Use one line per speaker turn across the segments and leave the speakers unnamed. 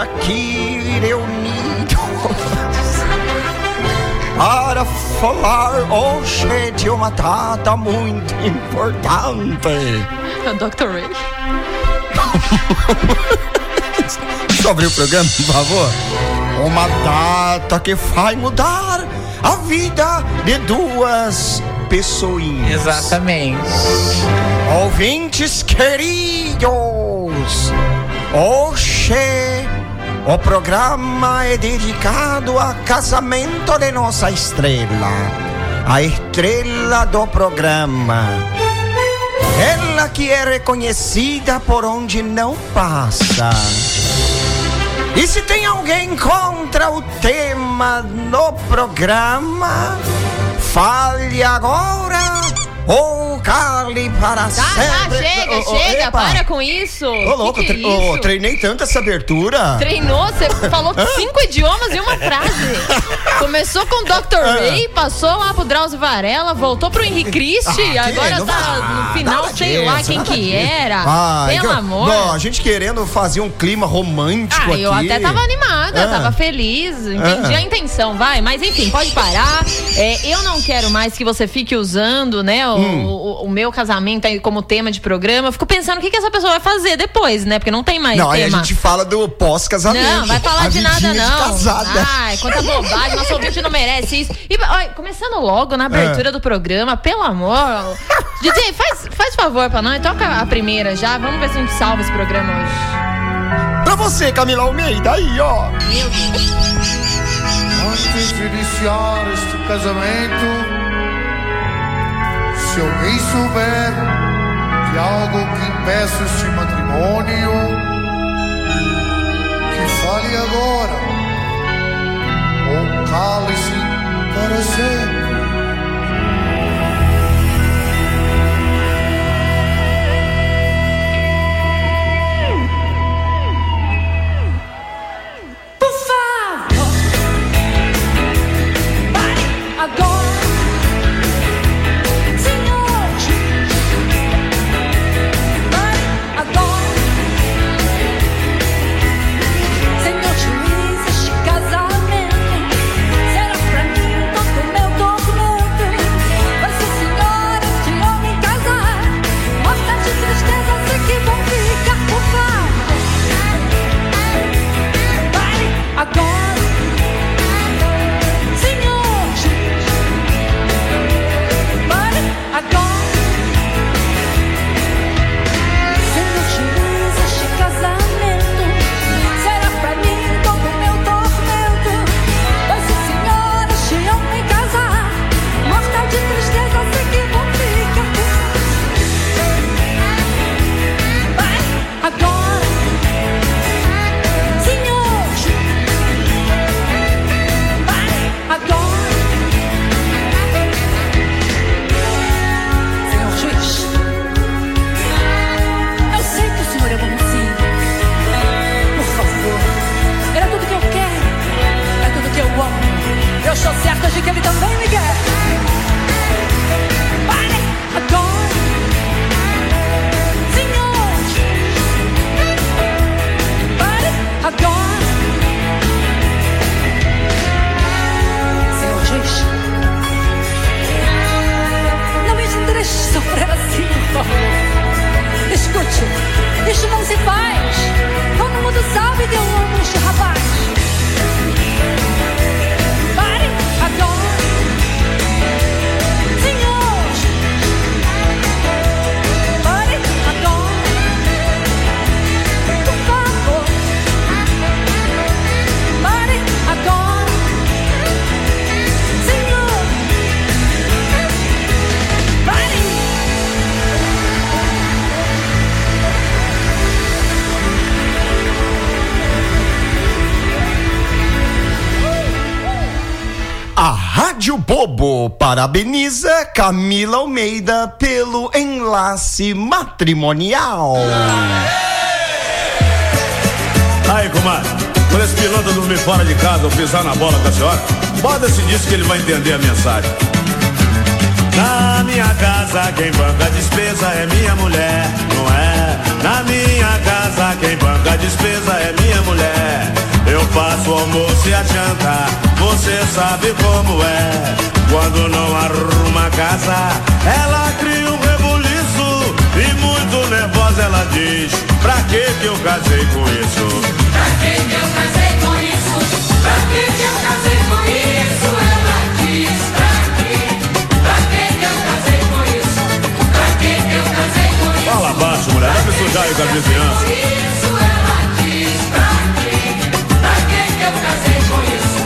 aqui reunidos para falar hoje de uma data muito importante
É o Dr. Ray.
sobre o programa, por favor. Uma data que vai mudar a vida de duas pessoinhas.
Exatamente.
Ouvintes queridos, hoje o programa é dedicado a casamento de nossa estrela, a estrela do programa. Ela que é reconhecida por onde não passa. E se tem alguém contra o tema do programa, fale agora ou cale para
Tá,
sempre.
tá, chega,
Ô, ô,
chega,
epa.
para com isso.
Ô, louco,
que que é
tre- ô,
isso?
treinei tanto essa abertura.
Treinou, você falou cinco idiomas em uma frase. Começou com Dr. Ray, passou lá pro Drauzio Varela, voltou pro Henrique Cristi,
Ah, que-
agora
não
tá
vai-
no final,
nada
sei lá
disso,
quem
nada
que
disso.
era.
Ai,
Pelo
que-
amor.
Não, a gente querendo fazer um clima romântico
Ah,
aqui.
eu até tava animada,
Ah.
tava feliz, entendi
Ah.
a intenção, vai. Mas enfim, pode parar. É, eu não quero mais que você fique usando, né, o,
Hum.
o- o meu casamento aí como tema de programa. Eu fico pensando o que, que essa pessoa vai fazer depois, né? Porque não tem mais
Não, aí a
tema.
gente fala do pós-casamento.
Não, vai falar
a
de nada,
vidinha de
não.
casada.
Ai, quanta bobagem, nosso ouvinte não merece isso. E, ó, começando logo na
Ah.
abertura do programa, pelo amor. DJ, faz, faz favor pra nós, toca a primeira já. Vamos ver se a gente salva esse programa hoje.
Pra você, Camila Almeida, aí, ó.
Antes de iniciar este casamento, se alguém souber de algo que impeça este matrimônio, que fale agora, ou cale-se para sempre.
Por favor, pare agora, senhor. Pare agora, senhor juiz. Este casamento será pra mim todo meu documento. Mas se senhor este homem casar, mostra de tristeza sei que vão ficar por favor. Pare agora, senhor. Pare agora, senhor juiz. Este casamento será pra mim todo meu tormento. Mas se senhor este homem casar, morta de tristeza sei que vou ficar. Pare agora. Senhor, pare agora. Senhor juiz, eu sei que o senhor é bonzinho. Por favor, ele é tudo que eu quero, é tudo que eu amo. Eu estou certa de que ele também me quer. Pare agora, Senhor. Pare agora. Senhor juiz, não me deixe sofrer assim, por favor. Escute, isto não se faz. Todo mundo sabe que eu amo este rapaz. Pare agora. Senhor, pare agora. Por favor, pare agora, Senhor. Pare.
A Rádio Bobo parabeniza Camila Almeida pelo enlace matrimonial.
Aí, comadre, por esse piloto dormir fora de casa ou pisar na bola com a senhora, bota esse disco que ele vai entender a mensagem. Na minha casa quem banca a despesa é minha mulher, não é? Na minha casa quem banca a despesa é minha mulher. almoço e a janta, você sabe como é. Quando não arruma a casa, ela cria um rebuliço e muito nervosa ela diz: Pra que que eu casei com isso?
Pra que que eu casei com isso? Pra que que eu casei com isso? Ela diz pra que? Pra que que eu casei com isso? Pra que que eu casei com isso?
Fala baixo, mulher, deve sujar aí com as vizinhanças.
Com isso ela diz pra que? Pra que que eu casei com isso?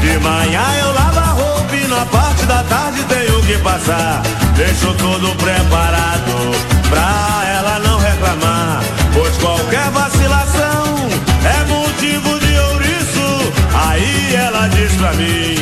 De manhã eu lavo a roupa e na parte da tarde tenho que passar. Deixo tudo preparado pra ela não reclamar. Pois qualquer vacilação é motivo de ouriço. Aí ela diz pra mim: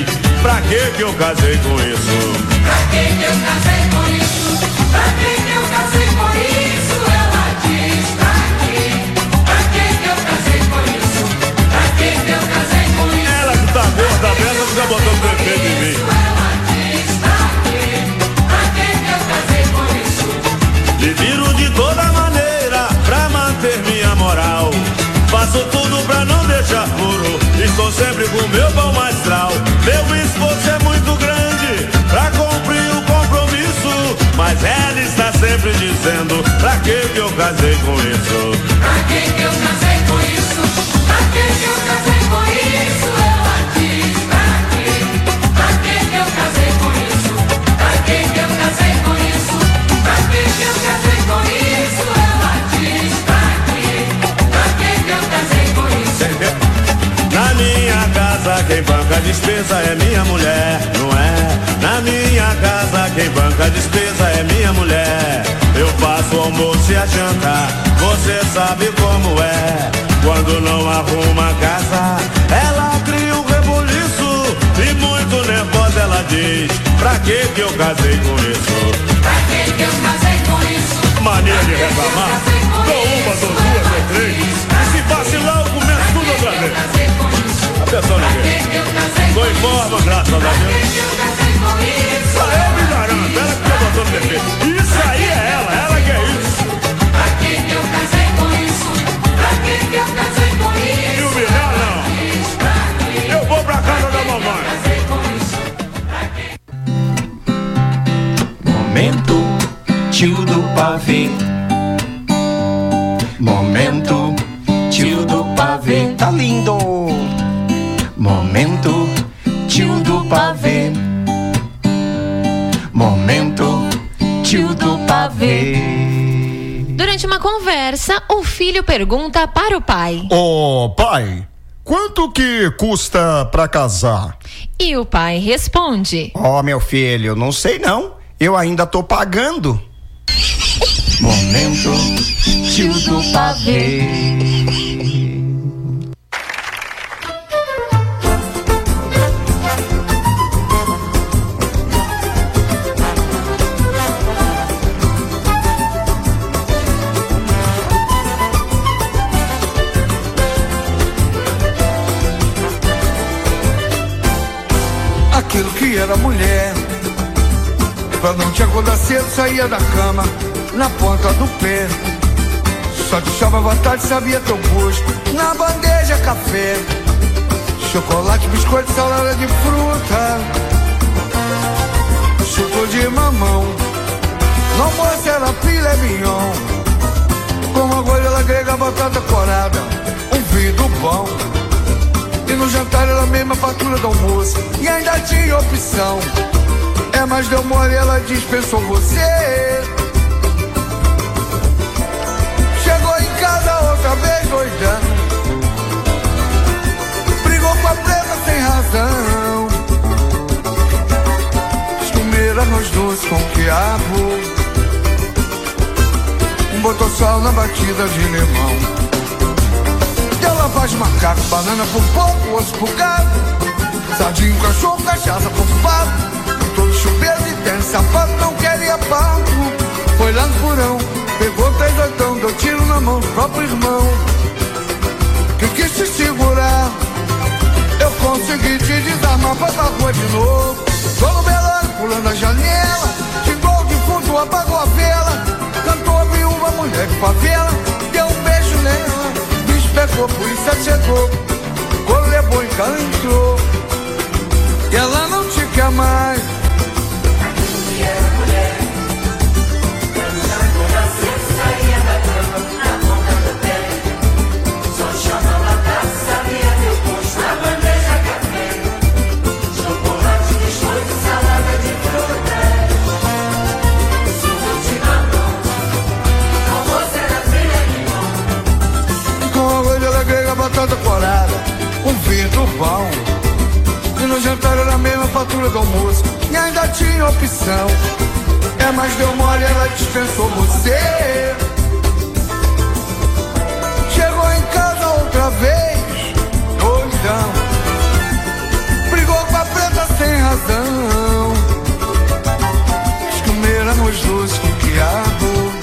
pra que que eu casei com isso?
Pra que que eu casei com isso? Pra que que eu casei com isso? Ela diz pra que? Pra que que eu casei com isso? Pra que que eu casei com isso?
Ela que tá gorda mesmo, fica botando defeito em mim.
Ela diz pra que? Pra que que eu casei com isso?
Me viro de toda maneira pra manter minha moral. Faço tudo pra não deixar puro. Estou sempre com meu pão astral. Meu esforço é muito grande pra cumprir o compromisso. Mas ela está sempre dizendo: pra que que eu casei com isso?
Pra que que eu casei com isso? Pra que que eu casei com isso? Ela diz pra que? Pra que que eu casei com isso? Pra que que eu casei com isso? Pra que que eu casei com isso? Ela diz pra que? Pra que que eu casei com isso?
Na minha casa quem banca a despesa é minha mulher, não é? Na minha casa quem banca a despesa é minha mulher. Eu faço almoço e a janta, você sabe como é. Quando não arruma a casa, ela cria um rebuliço e muito nervosa ela diz: Pra que que eu casei com isso?
Pra que que eu casei com isso?
Mania de reclamar. Dou uma, dou duas, dou três. E se vacilar, eu começo tudo outra vez.
Casei com isso?
A pessoa não
Pra
quer.
que que eu casei
Tô
com
em
isso?
forma, graças a
Pra
Deus.
que que eu casei com isso?
Isso aí eu me garanto, ela que tá botando defeito. Isso aí é ela, ela que é isso.
Pra que que eu casei com isso? Pra que que eu casei com
E
isso?
o melhor não. Eu vou pra casa da mamãe.
Casei com isso.
Momento tio do pavê. Momento tio do pavê. Tá lindo. Momento tio do pavê. Momento tio do pavê.
Durante uma conversa, o filho pergunta para o pai.
Ô, pai, quanto que custa pra casar?
E o pai responde.
Ó, meu filho, não sei não. Eu ainda tô pagando.
Momento tio do pavê.
Aquilo que era mulher. Pra não te acordar cedo, saía da cama, na ponta do pé. Só te chamava à tarde, sabia teu gosto. Na bandeja, café. Chocolate, biscoito, salada de fruta. Suco de mamão. No almoço era filé mignon. Com uma goela grega, batata corada. Um vidro bom. E no jantar era a mesma fatura do almoço E ainda tinha opção É, mas deu mole, ela dispensou você Chegou em casa outra vez doidando Brigou com a presa sem razão Comeram é nós dois com quiabo Um botou sal na batida de limão ela faz macaco, banana por pouco, osso por gato Sardinho, cachorro, cachaça por pato Todo chuveiro de tênis, sapato, não queria pago Foi lá no furão, pegou três doidão Deu tiro na mão do próprio irmão Que quis te segurar Eu consegui te desarmar, foi pra rua de novo Todo melão, pulando a janela Xingou o defunto, apagou a vela Cantou a viúva, mulher de favela Deu um beijo nela Bicho pegou, polícia chegou Colê boica entrou e ela não te quer mais. Com arroz de grega, batata corada, um vinho do bom. E no jantar era a mesma fatura do almoço, e ainda tinha opção. É, mas deu mole, ela dispensou você. Chegou em casa outra vez, doidão. Brigou com a preta sem razão. Diz que Comeramos doce com quiabo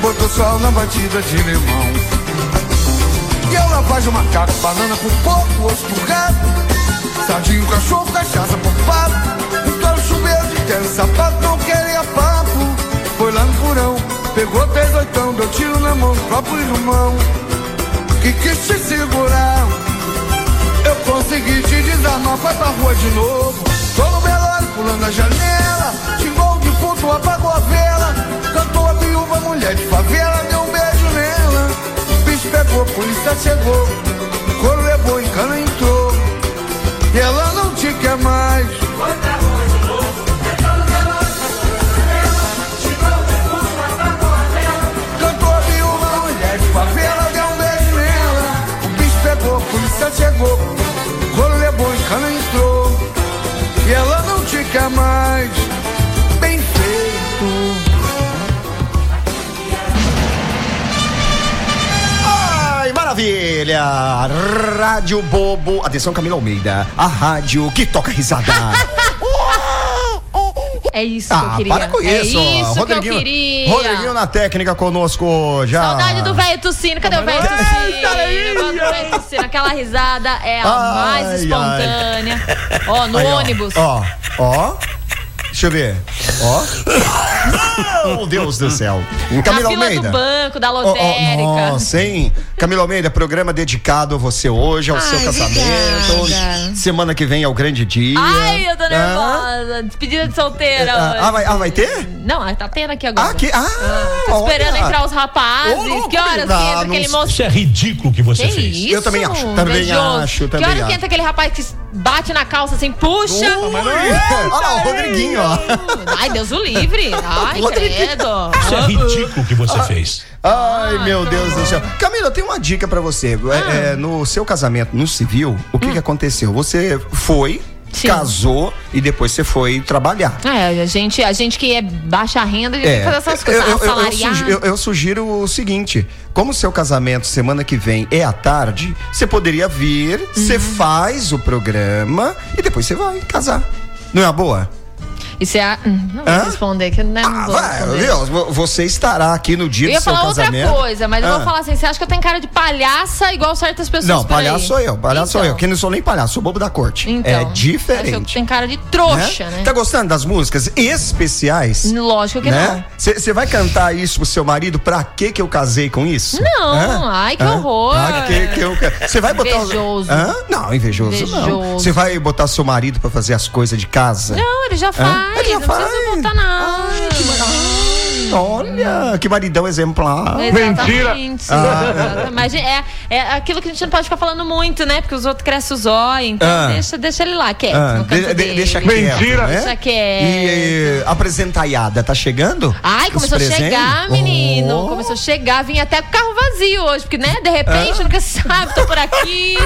botou sal na batida de limão. E ela faz o macaco, banana com pouco, osso por gato, sardinho, cachorro, cachaça por papo. Um claro chuveiro de terra, sapato, não queria papo. Foi lá no furão, pegou três oitão, deu tiro na mão do próprio irmão. Que quis te segurar, eu consegui te desarmar, foi pra rua de novo. Tô no velório, pulando a janela, xingou o defunto, apagou a vela. Cantou a viúva, mulher de favela, deu um beijo nela. O bicho pegou, a polícia chegou, o couro levou, encana entrou. E ela não te quer mais. Cantou a viúva, mulher de favela, deu um beijo nela. O bicho pegou, a polícia chegou. O couro levou, em cana entrou. E ela não te quer mais. Bem feito.
Ai, maravilha! Rádio Bobo. Atenção, Camila Almeida. A rádio que toca risada.
É isso que eu
Ah,
queria.
para com isso.
é isso que
Rodriguinho,
eu queria.
Rodriguinho Ah. na técnica conosco já.
Saudade do velho Tucino, cadê o velho
Eita,
Tucino?
aí,
Saudade do velho Tucino. Aquela risada é a
é Ai, ai.
mais espontânea. Ó, no
Aí, ó.
ônibus.
Ó, ó. Deixa eu ver. Ó. Meu Deus do céu. Camila
na fila
Almeida.
do banco, da
Ó, ó,
lotérica.
nossa, hein? Camila Almeida, programa dedicado a você hoje, ao seu
Ai,
casamento.
obrigada.
Semana que vem é o grande dia.
Ai, eu tô
Ah,
nervosa. Despedida de solteira. hoje.
Ah, ah, vai, ah, vai ter?
Não, ah, tá tendo aqui agora.
Ah, que, ah,
Tô esperando
olha.
entrar os rapazes.
Ô, louco,
que horas
não,
que entra
não
aquele
sei.
moço?
Isso é ridículo o que você
Que
fez.
isso?
Eu também acho, também
invejoso.
acho, também
que hora
acho.
que entra aquele rapaz que bate na calça assim, puxa.
Ui, é Olha lá, o Rodriguinho, ó.
Ai, Deus o livre. Ai, credo.
Isso é ridículo o que você fez.
Ah,
Ah,
Ai, meu
tá
Deus do céu. Camila, eu tenho uma dica pra você. É, é, no seu casamento no civil, o que, que aconteceu? Você foi,
Hum. Sim.
casou e depois você foi trabalhar.
É, a gente, a gente que é baixa renda, a gente tem
É,
que fazer essas
eu,
coisas.
eu- eu- eu
Assalariado.
sugi- eu- eu sugiro o seguinte: como o seu casamento semana que vem é à tarde, você poderia vir,
Uhum.
você faz o programa e depois você vai casar. Não é uma boa?
Isso é. a- hum, Não vou
Hã?
responder, que né, não
Ah,
vou
vai,
responder.
viu? Vo- Você estará aqui no dia
Eu
do
ia
seu
falar
casamento.
outra coisa, mas eu
Ah.
vou falar assim: você acha que eu tenho cara de palhaça igual certas pessoas?
Não,
por aí?
palhaço é sou eu, palhaço sou eu.
Então.
Que não sou nem palhaço, sou bobo da corte.
Então,
é
acho que
diferente.
Tem cara de trouxa,
né?
né?
Tá gostando das músicas especiais?
Lógico que
né? Você vai cantar isso pro seu marido? Pra que que eu casei com isso?
Não,
Hã?
ai, que
Hã?
horror.
Pra que que eu Você vai botar os-
Invejoso.
Hã? Não, invejoso, não.
Invejoso.
Você vai botar seu marido pra fazer as coisas de casa?
não. Não, ele já
Hã?
faz.
Ele já
não precisa
faz?
botar nada.
Ai, que mar- Ai, Olha, que maridão exemplar. Ah.
Mentira! Mas é, é aquilo que a gente não pode ficar falando muito, né? Porque os outros crescem os olhos, então
Ah.
deixa, deixa ele lá, quieto.
Ah,
É, no canto
de- de-
dele.
deixa quieto. Mentira!
Deixa quieto.
E, e apresentaiada, tá chegando?
Ai,
Os
começou a
presentes?
chegar, menino.
Oh.
Começou a chegar. Vim até com o carro vazio hoje, porque, né? De repente, nunca se sabe. Tô por aqui,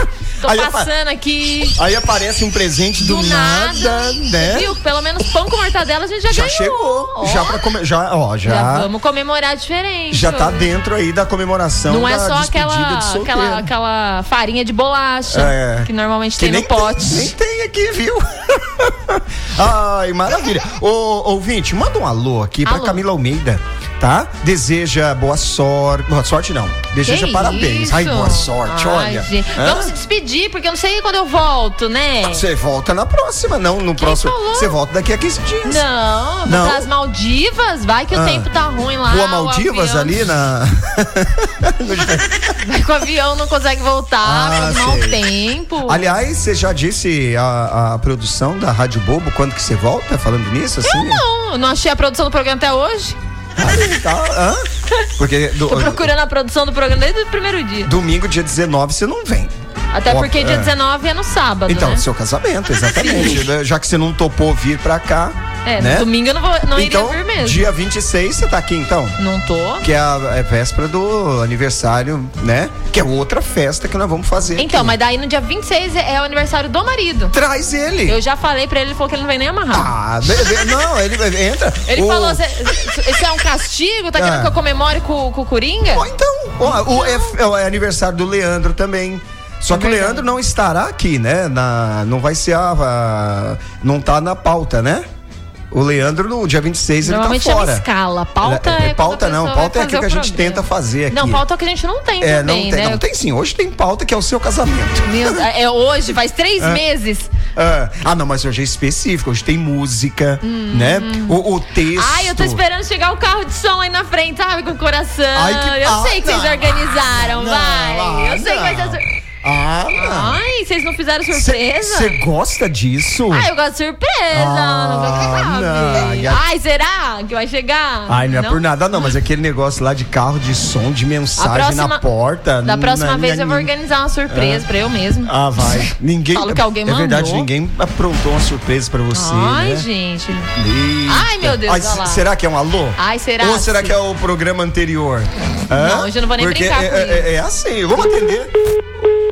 tô
Ah. Aí eu fa-
passando aqui.
Aí aparece um presente do,
Do
nada,
nada,
né?
Viu? Pelo menos pão com mortadela a gente já,
Já
ganhou.
chegou.
Ó,
Já pra comer. Já, ó,
já
já. Já,
vamos comemorar diferente.
tá dentro aí da comemoração.
Não
da
é só
despedida
aquela,
de solteiro.
aquela, aquela farinha de bolacha
É.
que normalmente
Que
tem no
nem
pote.
Tem, nem tem aqui, viu? Ai, maravilha. Ô, ouvinte, manda um alô aqui pra
Alô.
Camila Almeida, tá? Deseja boa sorte. Boa sorte, não. Deseja
Que
parabéns.
isso?
Ai, boa sorte,
Ai,
olha.
gente.
Hã?
Vamos se despedir, porque eu não sei quando eu volto, né?
Você volta na próxima, não no próximo.
falou?
Você volta daqui a 15 dias.
Não,
Não?
vou pras Maldivas, vai que o
Ah.
tempo tá ruim lá.
Rua
o
Maldivas
avião-
ali na.
Vai que o avião não consegue voltar
Ah,
por mau
sei.
tempo.
Aliás, você já disse a, a produção da Rádio Bobo quando que você volta falando nisso? Assim?
Eu não, eu não achei a produção do programa até hoje.
Ah, tá, hã? Porque do-
Tô procurando a produção do programa desde o primeiro dia.
domingo, dia 19, você não vem.
Até
Ó,
porque dia
é.
19 é no sábado,
Então,
né?
seu casamento, exatamente. né? Já que você não topou vir pra cá.
É,
né?
domingo eu não, vou, não
então,
iria vir mesmo.
dia 26, você tá aqui então?
Não tô.
Que é a é véspera do aniversário, né? Que é outra festa que nós vamos fazer.
Então,
é aqui.
mas daí no dia 26 é é o aniversário do marido.
Traz ele!
Eu já falei pra ele, ele falou que ele não vem nem amarrar.
Ah, de- de- não, ele ele entra.
Ele
O-
falou, assim, isso é um castigo? Tá
Ah.
querendo que eu comemore com, com o Coringa?
Ó, então, ó, o, é, f- é aniversário do Leandro também. Só que o
É verdade.
Leandro não estará aqui, né? Na, não vai ser a, a- Não tá na pauta, né? O Leandro, no dia 26, ele tá
Normalmente chama
fora.
escala. Pauta é,
É,
quando
pauta
a pessoa
não,
vai
pauta é
fazer
aquilo que a
o
gente
programa.
tenta fazer aqui.
Não, pauta que a gente não tem
É, não
também,
tem,
né?
não tem sim. Hoje tem pauta que é o seu casamento.
Meu, é hoje, faz três meses.
Ah, ah, não, mas hoje é específico. Hoje tem música, né? O, o texto.
Hum. Ai, eu tô esperando chegar o carro de som aí na frente, sabe? Com o coração.
Ai, que-
eu
ah,
sei que vocês
não.
organizaram,
Não,
vai.
ah,
eu sei que vai ser
não.
sur-
Ah, não.
Ai, vocês não fizeram surpresa?
Você gosta disso?
Ah, eu gosto de surpresa. não,
Ah, não, e
sabe.
a-
Ai, será que vai chegar?
Ai, não é por nada, não, mas aquele negócio lá de carro, de som, de mensagem na porta.
Da próxima
na-
vez eu vou
na-
organizar uma surpresa pra eu mesmo.
Ah, vai. Ninguém.
Falo que alguém
é verdade,
mandou.
ninguém aprontou uma surpresa pra você.
Ai,
né?
gente.
Eita.
Ai, meu Deus, olha
se-
lá.
será que é um alô?
Ai, será
Ou será
se-
que é o programa anterior? Hã?
Não, hoje eu não vou nem
Porque
brincar
é,
com
é,
isso.
é- é assim, vamos atender.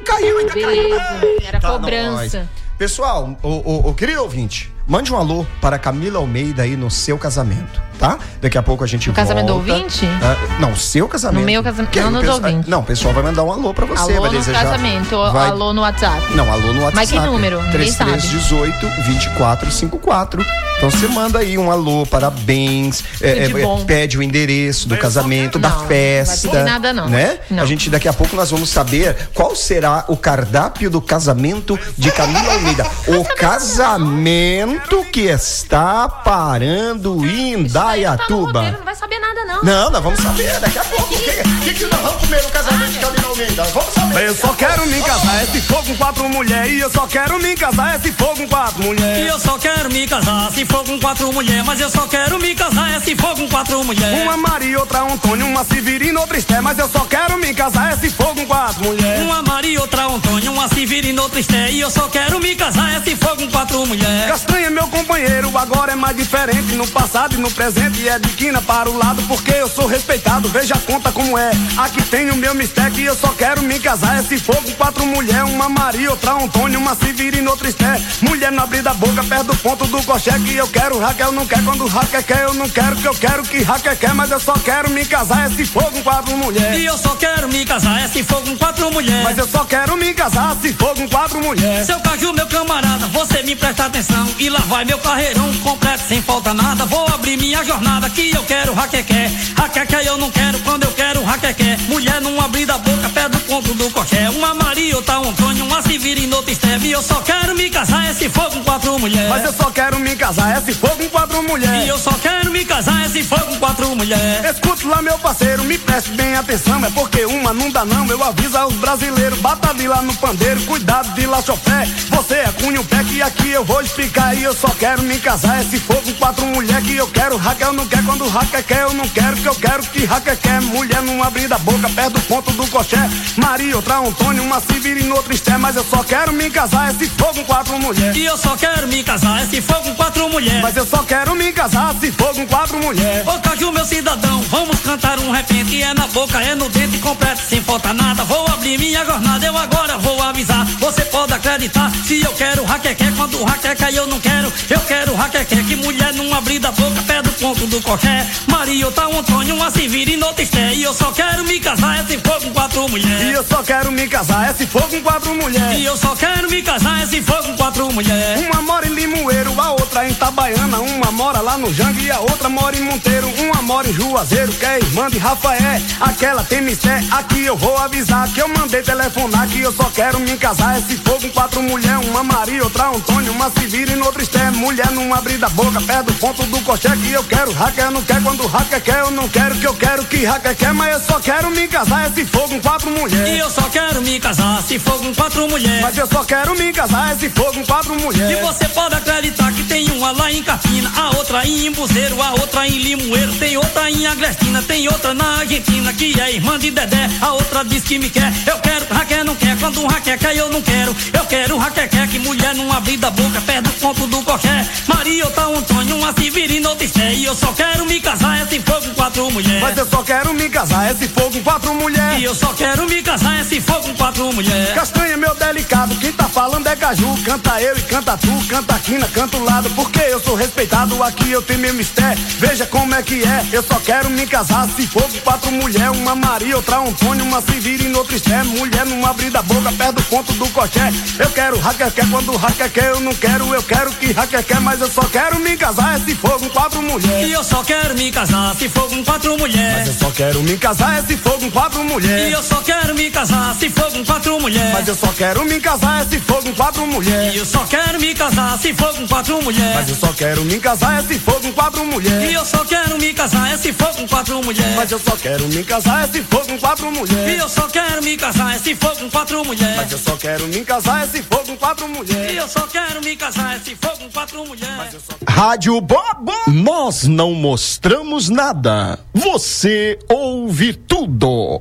Caiu, ainda caiu.
Beleza,
Ai,
era
tá
cobrança.
nóis. Pessoal, o, o- o querido ouvinte, mande um alô para Camila Almeida aí no seu casamento, tá? Daqui a pouco a gente
No
volta.
casamento do ouvinte?
Ah, não, seu casamento.
No meu casamento,
Porque
não
o
no do
pessoal-
ouvinte.
Não, o pessoal vai mandar um alô pra você.
alô
vai
no
desejar,
casamento,
vai-
alô no WhatsApp.
não, alô no WhatsApp.
Mas que número? Ninguém sabe.
3318 2454. Então você manda aí um alô, parabéns, é,
Tudo de
é,
bom.
pede o endereço do casamento, da
Não, não vai
festa.
pedir nada, não.
Né?
Não.
A gente daqui a pouco nós vamos saber qual será o cardápio do casamento de Camila Almeida. O casamento que está parando em
Dayatuba.
Indaiatuba.
não vai saber nada, não.
Não, nós vamos saber daqui a pouco. O que, que, que nós vamos comer no casamento de Camila Almeida? Vamos saber.
Eu só quero me casar, se for com quatro mulheres. E eu só quero me casar, se for com quatro mulheres.
E eu só quero me casar se for com quatro mulheres. Mas eu só quero me casar é se for com quatro mulheres.
Uma Maria, outra Antônio, uma Severina, outra Esté. Mas eu só quero me casar, se for com quatro mulheres.
Uma Maria, outra Antônio, uma Severina, outra Esté. E eu só quero me casar é se for com quatro mulheres.
Castanha é meu companheiro, agora é mais diferente. No passado e no presente é de quina para o lado, porque eu sou respeitado. Veja a conta como é. Aqui tem o meu mistec e eu só quero me casar. Esse fogo, quatro mulheres, uma Maria, outra Antônio, uma Severina, outra Esté. Mulher não abre da boca, perto do ponto do coché que eu quero. Raquel não quer quando Raquel quer, eu não quero que eu quero que Raquel quer, mas eu só quero me casar. Esse fogo, quatro mulheres.
E eu só quero me casar é se for com quatro mulheres.
Mas eu só quero me casar se for com quatro mulheres.
Seu caju, meu camarada, você me presta atenção. E lá vai meu carreirão completo, sem falta nada. Vou abrir minha jornada que eu quero raquequé. Raquequé eu não quero quando eu quero raquequé. Mulher não abrir da boca, pé do ponto do coché. Uma Maria, outra Antônio, uma se vira em outra esteve. E eu só quero me casar, é se for com quatro mulheres.
Mas eu só quero me casar, é se for com quatro mulheres.
E eu só quero me casar, é se for com quatro mulheres.
Escute lá, meu parceiro, me preste bem atenção. É porque uma não dá, não. Eu aviso aos brasileiros. Bata de lá no pandeiro, cuidado de lá, chofé. Você é cunho pé que aqui eu vou explicar. E eu só quero me casar. Esse fogo, quatro mulher que eu quero. Raquel não quer quando Raquel quer. Eu não quero que eu quero que Raquel quer. Mulher não abrir da boca, perto do ponto do coché. Maria, outra Antônio, uma se vira em outra esté. Mas eu só quero me casar. Esse fogo, quatro mulher.
E eu só quero me casar, é se for com quatro mulheres.
Mas eu só quero me casar se for com quatro mulher.
Ô Caju, meu cidadão, vamos cantar um repente. É na boca, é no dente, completo, sem falta nada. Vou abrir minha jornada, eu agora vou avisar. Você pode acreditar, se eu quero raquequé, quando raqueca eu não quero. Eu quero raquequé, que mulher não abrir da boca, pé do ponto do coché. Maria, eu tá Antônio, uma se vira e noutra esté. E eu só quero me casar, é se for com quatro
E
mulheres.
eu só quero me casar, é se for com quatro mulher.
E eu só quero me casar, é se for com quatro mulheres.
Uma mora em Limoeiro, a outra em Itabaiana. Uma mora lá no Jangue e a outra mora em Monteiro. Uma mora em Juazeiro, que é irmã de Rafael. Aquela tem misté, aqui eu vou avisar. Que eu mandei telefonar que eu só quero me casar. Esse fogo com quatro mulheres, uma Maria, outra Antônio. Uma se vira e outra esté. Mulher não abre da boca, perto do ponto do coché. Que eu quero, hacker não quer. Quando hacker quer, eu não quero. Que eu quero que hacker quer, mas eu só quero me casar. Esse fogo com quatro
E
mulheres.
eu só quero me casar se for com Um quatro mulheres.
Mas eu só quero me casar. Esse fogo com quatro
E
mulheres.
você pode acreditar que tem uma lá em Carpina, a outra em Imbuzeiro, a outra em Limoeiro, tem outra em Agrestina, tem outra na Argentina, que é irmã de Dedé, a outra diz que me quer, eu quero, Raquel não quer, quando Raquel quer eu não quero, eu quero Raquel quer, que mulher não abre da boca, perde o ponto do coché, Maria, outra Antônio, uma Severina, outra Esté, e eu só quero me casar, se for com quatro mulheres.
Mas eu só quero me casar. Esse fogo com quatro mulheres.
E eu só quero me casar, se for com quatro mulheres.
Castanha, meu delicado, quem tá falando é Caju. Canta eu e canta tu, canta Quina, canta o lado. Porque eu sou respeitado, aqui eu tenho meu mistério. Veja como é que é, eu só quero me casar. Se for com quatro mulheres, uma Maria, outra Antônio, uma Civira e outra Esté. Mulher não abre da boca, perde o ponto do coché. Eu quero hacker quer, quando hacker quer, eu não quero. Eu quero que hacker quer, mas eu só quero me casar. Se for com um quatro mulheres.
E eu só quero me casar, se for com quatro mulheres.
Mas eu só quero me casar, se for com um quatro
E
mulheres.
eu só quero me casar se for com quatro mulheres.
Mas eu só quero me casar, se for com quatro mulheres.
E eu só quero me casar se for com quatro
Mas
mulheres.
eu só quero me casar é se for com quatro
E
mulheres.
eu só quero me casar é se for com quatro
Mas
mulheres.
eu só quero me casar é se for com quatro
E
mulheres.
eu só quero me casar é se for com
Mas
quatro
eu
mulheres.
só quero me casar é se for com quatro
E
mulheres.
eu só quero me casar é se for com quatro mulheres.
Rádio Bobo. Nós não mostramos nada. Você ouve tudo.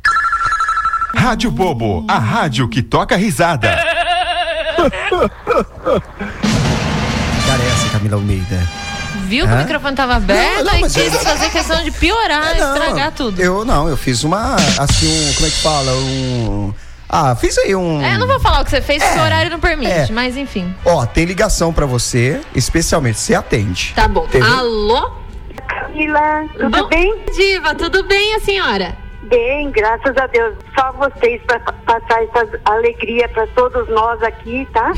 Rádio Bobo, a rádio que toca risada.
um. Cara, é essa, Camila Almeida.
Viu que o microfone tava aberto
Não, não,
e
mas
quis
eu-
fazer questão de piorar,
É, não,
estragar tudo.
Eu não, eu fiz uma. Assim, um. Como é que fala? Um. Ah, fiz aí um.
É, não vou falar o que você fez, porque o horário não permite,
é.
mas enfim.
Ó, tem ligação pra você, especialmente. Você atende.
Tá bom.
Teve-
Alô?
Camila, tudo
Bom-
bem?
Diva, tudo bem, a senhora?
Bem, graças a Deus. Só vocês para passar essa alegria para todos nós aqui, tá?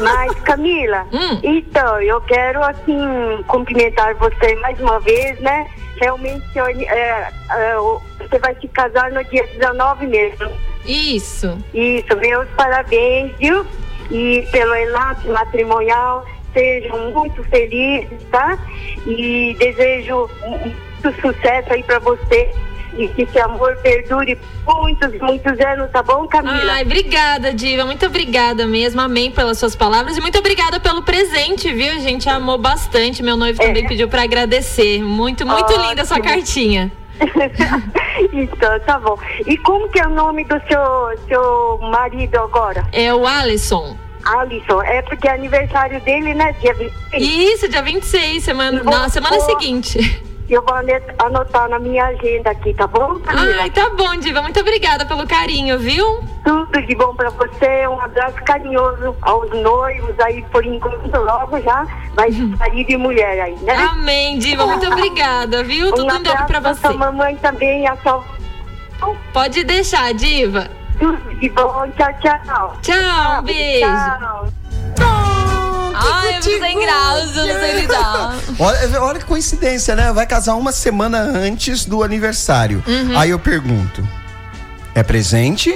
Mas, Camila,
Hum.
então, eu quero, assim, cumprimentar você mais uma vez, né? Realmente, seu ani- é, é, o- você vai se casar no dia 19 mesmo.
Isso.
Isso, meus parabéns, viu? E pelo enlace matrimonial, sejam muito felizes, tá? E desejo muito sucesso aí pra você. E que esse amor perdure muitos, muitos anos, tá bom, Camila?
Ai, obrigada, Diva. Muito obrigada mesmo. Amém pelas suas palavras. E muito obrigada pelo presente, viu? A gente amou bastante. Meu noivo também pediu pra agradecer. Muito,
É.
muito
Ótimo.
linda a sua cartinha.
então, tá bom. E como que é o nome do seu, seu marido agora?
É o Alisson.
Alisson. É porque é aniversário dele, né? Dia 25.
Isso, dia 26, semana, na semana
Boa.
seguinte.
Eu vou ane- anotar na minha agenda aqui, tá bom, Camila?
Ai, tá bom, Diva. Muito obrigada pelo carinho, viu?
Tudo de bom pra você, um abraço carinhoso aos noivos aí por enquanto logo já, vai ser marido e mulher aí, né?
Uhum. Amém, Diva. Muito obrigada, viu?
um
Tudo em dobro
abraço
pra você.
sua mamãe também e a sua...
Pode deixar, Diva.
Tudo de bom, tchau, tchau.
Tchau, um beijo.
Tchau.
Ai, você sem graus, eu não sei lidar.
Olha, é, olha que coincidência, né? Vai casar uma semana antes do aniversário.
Uhum.
Aí eu pergunto: é presente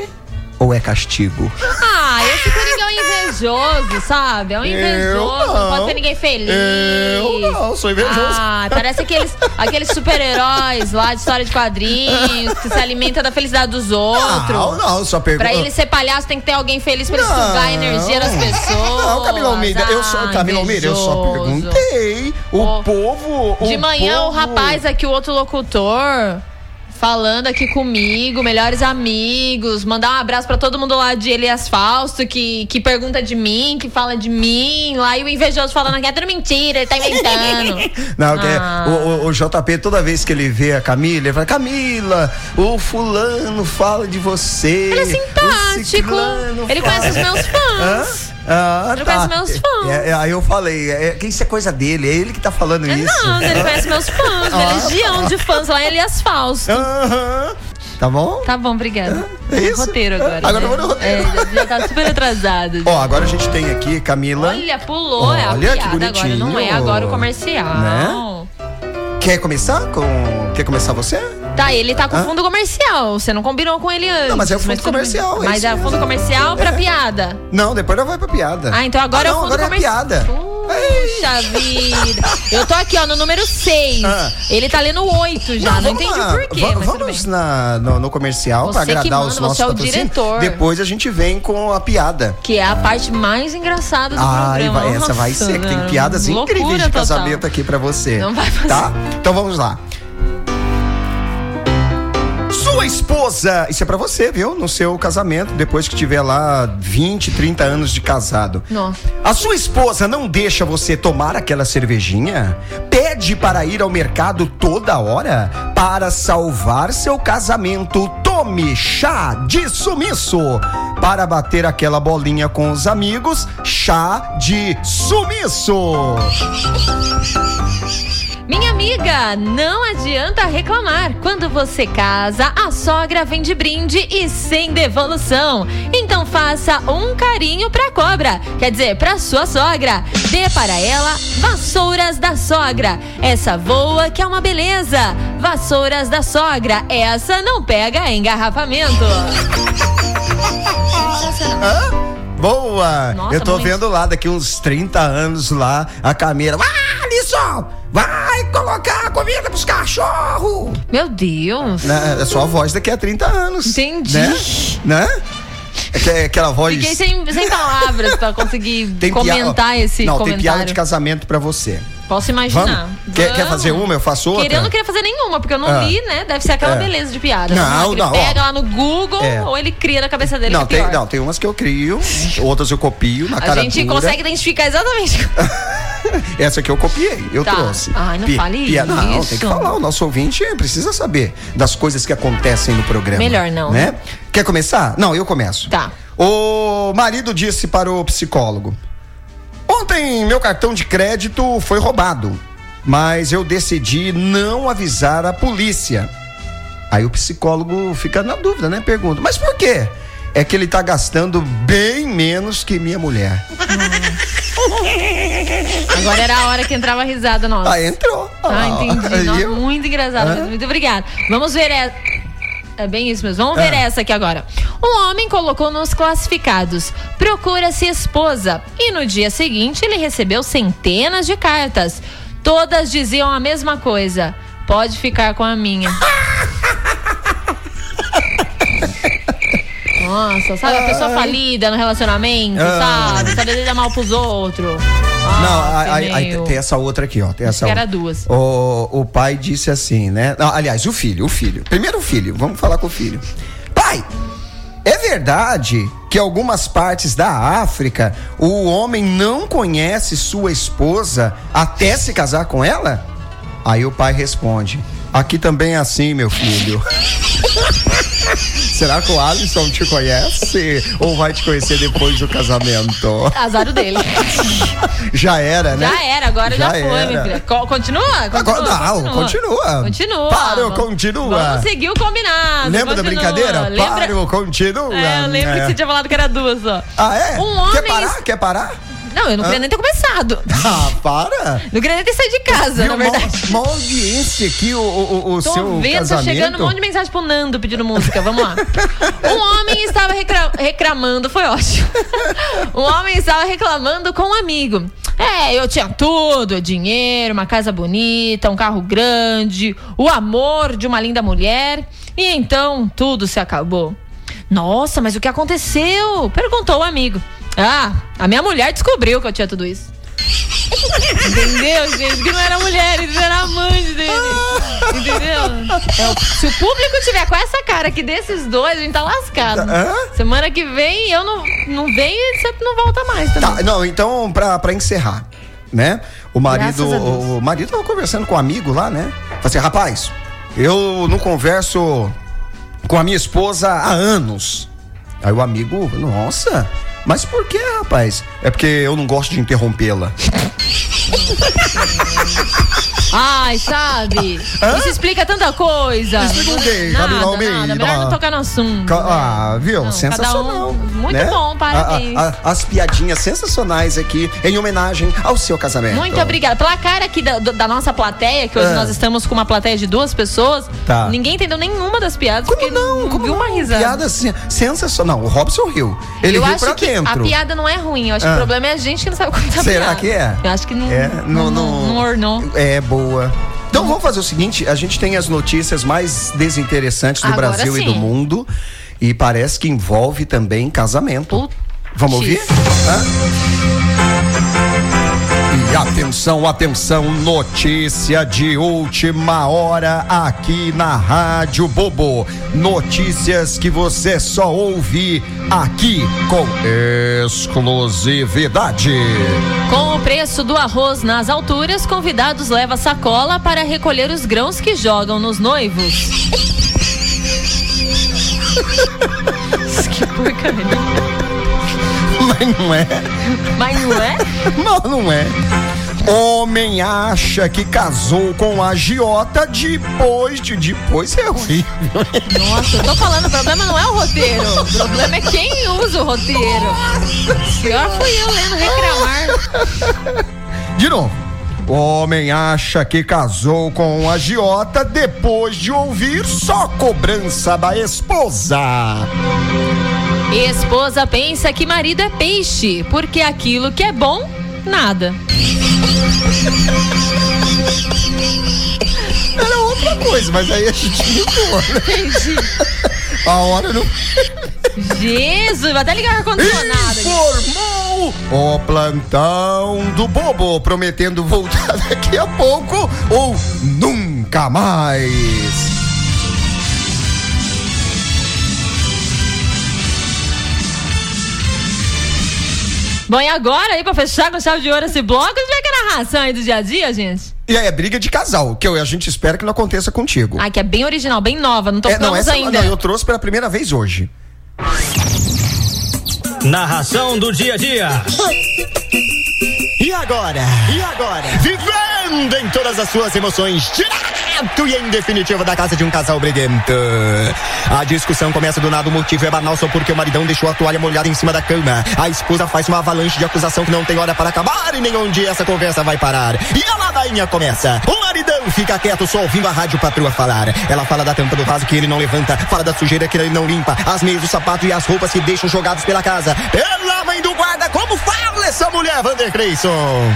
ou é castigo?
Ah, esse Coringão é invejoso, sabe? É um invejoso, não.
não.
pode ter ninguém feliz.
Eu não, sou invejoso.
Ah, parece aqueles, aqueles super-heróis lá de história de quadrinhos que se alimenta da felicidade dos outros.
não, não, só pergunto.
Pra ele ser palhaço, tem que ter alguém feliz pra ele sugar a energia das pessoas.
Não, Camila Almeida, eu sou
Ah,
Camila Almeida, eu só
invejoso.
perguntei. O
Ó,
povo.
De manhã, o
Um povo-
rapaz aqui, o outro locutor, falando aqui comigo, melhores amigos, mandar um abraço pra todo mundo lá de Elias Fausto, que, que pergunta de mim, que fala de mim. Lá e o invejoso falando que é tudo mentira, ele tá inventando.
Não, que é
Ah.
o, o- o JP, toda vez que ele vê a Camila, ele fala: Camila, o fulano fala de você.
Ele é
o
simpático.
ciclano
Ele
fala-
conhece os meus
Hã?
fãs.
Ah,
Ele conhece meus fãs.
É, é, aí eu falei, é, que isso é coisa dele, é ele que tá falando isso.
Não, ele conhece meus fãs, minha legião de fãs lá em Elias Fausto.
Ah. Aham. Tá bom?
Tá bom, obrigada.
É isso?
Roteiro agora.
Agora
né?
eu vou no roteiro.
É, já- já tá super atrasado.
Ó, agora a gente tem aqui, Camila.
Olha, pulou é a
Olha, que
piada agora,
bonitinho. Né?
não é agora o comercial.
Quer começar com. Quer começar você?
Tá, ele tá com
Hã?
fundo comercial. Você não combinou com ele antes.
mas é o fundo
tudo bem.
comercial, é
Mas
isso
é o fundo
mesmo.
comercial pra piada.
Não, depois ela vai pra piada.
Ah, então agora
Ah,
é o
não,
fundo
agora é
comercial.
piada.
Puxa vida. Eu tô aqui, ó, no número 6.
Ah.
Ele tá lendo 8 já. Não,
vamos
entendi
lá.
o porquê,
Va-
mas tudo bem.
vamos na- no, no comercial para
Você que
agradar
manda,
os
você
nossos
é o
patrocinadores.
diretor.
Depois a gente vem com a piada.
Que é a parte mais engraçada do
Ai,
programa.
vai- é essa vai
Nossa,
ser, que tem
cara,
piadas
loucura
incríveis de
total.
casamento aqui pra você.
Não vai fazer.
Tá? Então vamos lá. Sua esposa, isso é pra você, viu? No seu casamento, depois que tiver lá 20, 30 anos de casado.
Nossa.
A sua esposa não deixa você tomar aquela cervejinha? Pede para ir ao mercado toda hora? Para salvar seu casamento, tome chá de sumiço. Para bater aquela bolinha com os amigos, chá de sumiço.
Minha amiga, não adianta reclamar. Quando você casa, a sogra vem de brinde e sem devolução. Então faça um carinho pra cobra, quer dizer, pra sua sogra. Dê para ela vassouras da sogra. Essa voa que é uma beleza. Vassouras da sogra, essa não pega engarrafamento.
Hã? Boa!
Nossa,
Eu tô
muito.
vendo lá, daqui uns 30 anos lá, a Camila. Ah, Alisson! Vai colocar comida pros cachorros!
Meu Deus.
né? É só a voz daqui a 30 anos.
Entendi.
Né? né? É que- é Aquela voz.
Fiquei sem, sem palavras pra conseguir
tem pia-
comentar esse
Não, tem piada
comentário.
de casamento pra você.
Posso
Vamos?
imaginar.
Quer, quer
Vamos.
fazer uma? Eu faço outra?
Querendo, eu não queria fazer nenhuma, porque eu não
Ah.
li, né? Deve ser aquela
É.
beleza de piada.
Não,
Sabe? Ele
não, ó.
pega lá no Google
É.
ou ele cria na cabeça dele.
Não,
que é
tem,
pior.
não, tem umas que eu crio, outras eu copio na
A
cara
gente
dura.
consegue identificar exatamente.
Essa que eu copiei, eu
Tá.
trouxe.
Ai, não fale
Não,
isso.
tem que falar. O nosso ouvinte precisa saber das coisas que acontecem no programa.
Melhor não,
Né?
né?
Quer começar? Não, eu começo.
Tá.
O marido disse para o psicólogo: Ontem meu cartão de crédito foi roubado, mas eu decidi não avisar a polícia. Aí o psicólogo fica na dúvida, né? Pergunta: Mas por quê? É que ele tá gastando bem menos que minha mulher.
Agora era a hora que entrava a risada nossa.
Aí entrou.
Ah, entendi.
Aí
Nossa,
eu-
muito engraçado. mesmo. Muito obrigada. Vamos ver essa. É bem isso mesmo. Vamos ver
Ah.
essa aqui agora. Um homem colocou nos classificados: procura-se esposa. E no dia seguinte ele recebeu centenas de cartas. Todas diziam a mesma coisa: pode ficar com a minha. Nossa, sabe? A pessoa falida no relacionamento,
Ah.
sabe? Sabe ele tá dar mal pros outros. Ah,
Não,
Nossa,
aí, aí
meu.
tem essa outra aqui, ó. Tem essa
que era
outra.
duas.
O, o pai disse assim, né? Não, aliás, o filho, o filho. Primeiro o filho, vamos falar com o filho. Pai, é verdade que algumas partes da África o homem não conhece sua esposa até se casar com ela? Aí o pai responde: Aqui também é assim, meu filho. Será que o Alisson te conhece? Ou vai te conhecer depois do casamento?
Azar o dele.
Já era, né?
Já era, agora já, foi, minha filha. Co- Continua? Continua,
Agora não, continua.
Continua.
Parou, continua.
Vamos seguir o combinado.
Lembra da
Ah, continua.
brincadeira?
Lembra...
Parou, continua.
É, eu lembro que você tinha falado que era duas, ó.
Ah, é?
Um
Quer
homem...
parar? Quer parar?
Não, eu não queria
Ah.
nem ter começado.
Ah, para.
Não queria nem ter saído de casa,
Viu,
na verdade.
Mó, mó audiência aqui, o, o, o- o
Tô
seu
vendo, tá
casamento.
chegando um monte de mensagem pro Nando pedindo música. Vamos lá. Um homem estava recra- reclamando, foi ótimo. Um homem estava reclamando com um amigo. É, eu tinha tudo: dinheiro, uma casa bonita, um carro grande, o amor de uma linda mulher. E então tudo se acabou. Nossa, mas o que aconteceu? Perguntou o amigo. Ah, a minha mulher descobriu que eu tinha tudo isso. Entendeu, gente? Que não era mulher, ele era amante dele. Entendeu? Ah! É, o- se o público tiver com essa cara aqui desses dois, a gente tá lascado.
Hã?
Semana que vem eu não, não venho e você não volta mais também.
Tá, não, então, pra, pra encerrar, né? O marido.
Graças a Deus.
O marido tava conversando com um amigo lá, né? Falei assim, rapaz, eu não converso com a minha esposa há anos. Aí o amigo, nossa, mas por que, rapaz? É porque eu não gosto de interrompê-la.
Ai, sabe? Isso explica tanta coisa.
Explica o quê,
Nada,
Camila Almeida?
nada. Melhor não tocar no assunto.
Ca- Ah, viu?
Uhum. Não,
Sensacional.
cada um- muito
né? ah,
bom, parabéns.
A- a- a- as piadinhas sensacionais aqui em homenagem ao seu casamento.
Muito obrigada. Pela cara aqui da, do- da nossa plateia, que hoje
Ah.
nós estamos com uma plateia de duas pessoas,
Tá.
ninguém entendeu nenhuma das piadas.
Como
porque
não? Como
viu
não?
uma risada.
Piada sen- sensacional. O Robson riu. Ele
eu
riu
acho
pra
que
dentro.
A piada não é ruim, eu acho que
Ah.
o problema é a gente que não sabe contar
Será
piada.
que é?
Eu acho que não,
É,
não, não,
no- no-
não ornou.
É boa. Então vamos fazer o seguinte: a gente tem as notícias mais desinteressantes do
Agora
Brasil e
sim.
do mundo. E parece que envolve também casamento. Vamos ouvir? Hã? E atenção, atenção, notícia de última hora aqui na Rádio Bobo. Notícias que você só ouve aqui com exclusividade.
Com o preço do arroz nas alturas, convidados leva sacola para recolher os grãos que jogam nos noivos. que porcaria.
Mas não é.
Mas não é?
Não, não é. Homem acha que casou com a agiota depois de. Depois é horrível.
Nossa, eu tô falando, o problema não é o roteiro. O problema é quem usa o roteiro. Pior fui eu lendo reclamar.
De novo. Homem acha que casou com a agiota depois de ouvir só cobrança da esposa.
Esposa pensa que marido é peixe, porque aquilo que é bom, nada.
Era outra coisa, mas aí a gente mudou. né?
Entendi.
A hora não.
Jesus, vai até ligar o ar-condicionado.
Informou o plantão do bobo, prometendo voltar daqui a pouco ou nunca mais.
Bom, e agora aí, pra fechar com chave de ouro esse bloco, a gente vai aquela ração aí do dia a dia, gente?
E aí é briga de casal, que eu- a gente espera que não aconteça contigo.
Ah, que é bem original, bem nova, não
É,
tocamos
não, essa
ainda.
não, eu trouxe pela primeira vez hoje.
Narração do dia a dia. E agora? E agora? Vivendo em todas as suas emoções, direto e em definitiva da casa de um casal briguento. A discussão começa do nada, o motivo é banal só porque o maridão deixou a toalha molhada em cima da cama. A esposa faz uma avalanche de acusação que não tem hora para acabar e nem onde essa conversa vai parar. E a ladainha começa. O maridão fica quieto só ouvindo a rádio patroa falar. Ela fala da tampa do vaso que ele não levanta, fala da sujeira que ele não limpa, as meias, o sapato e as roupas que deixam jogados pela casa. Pela mãe do guarda, como fala essa mulher, Vander Creyson?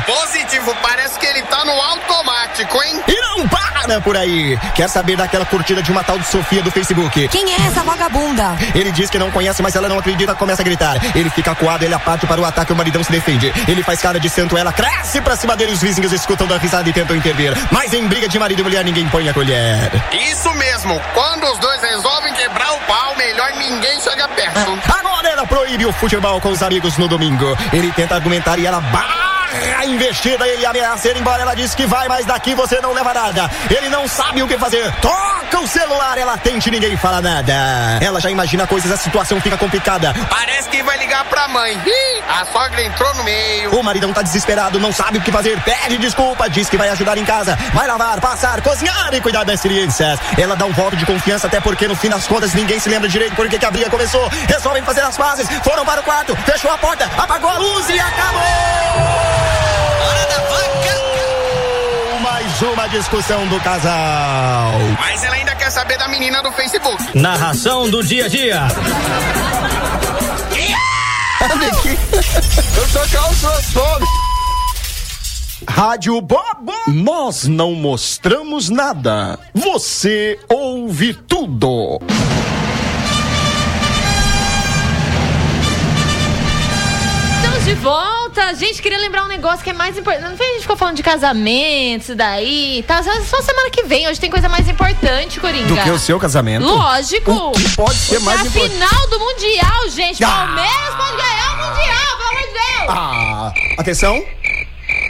Positivo, parece que ele tá no automático, hein?
E não para por aí. Quer saber daquela curtida de uma tal de Sofia do Facebook?
Quem é essa vagabunda?
Ele diz que não conhece, mas ela não acredita, começa a gritar. Ele fica coado, ele aparte para o ataque, o maridão se defende. Ele faz cara de santo, ela cresce pra cima dele, os vizinhos escutam da risada e tentam intervir. Mas em briga de marido e mulher, ninguém põe a colher.
Isso mesmo, quando os dois resolvem quebrar o pau, melhor ninguém chega perto.
Agora ela proíbe o futebol com os amigos no domingo. Ele tenta argumentar e ela barra a investida. Ele ameaça ir embora. Ela diz que vai, mas daqui você não leva nada. Ele não sabe o que fazer. Toca o celular, ela tente e ninguém fala nada. Ela já imagina coisas, a situação fica complicada.
Parece que vai ligar pra mãe. Ih, a sogra entrou no meio.
O maridão tá desesperado, não sabe o que fazer, pede desculpa, diz que vai ajudar em casa, vai lavar, passar, cozinhar e cuidar das crianças. Ela dá um voto de confiança, até porque no fim das contas ninguém se lembra direito porque que a briga começou. Resolvem fazer as pazes, foram para o quarto, fechou a porta, apagou a luz e acabou! Mais uma discussão do casal.
Mas ela ainda quer saber da menina do Facebook.
Narração do dia a dia.
Eu sou calçossome.
Rádio Bobo. Nós não mostramos nada. Você ouve tudo.
Estamos de volta. Gente, queria lembrar um negócio que é mais importante. Não foi a gente ficou falando de casamento, isso daí e tal. Só, só semana que vem. Hoje tem coisa mais importante, Coringa.
Do que o seu casamento?
Lógico.
O que pode ser mais
a
importante?
final do Mundial, gente.
Ah.
Palmeiras pode ganhar o Mundial, pelo amor de Deus.
Ah, atenção.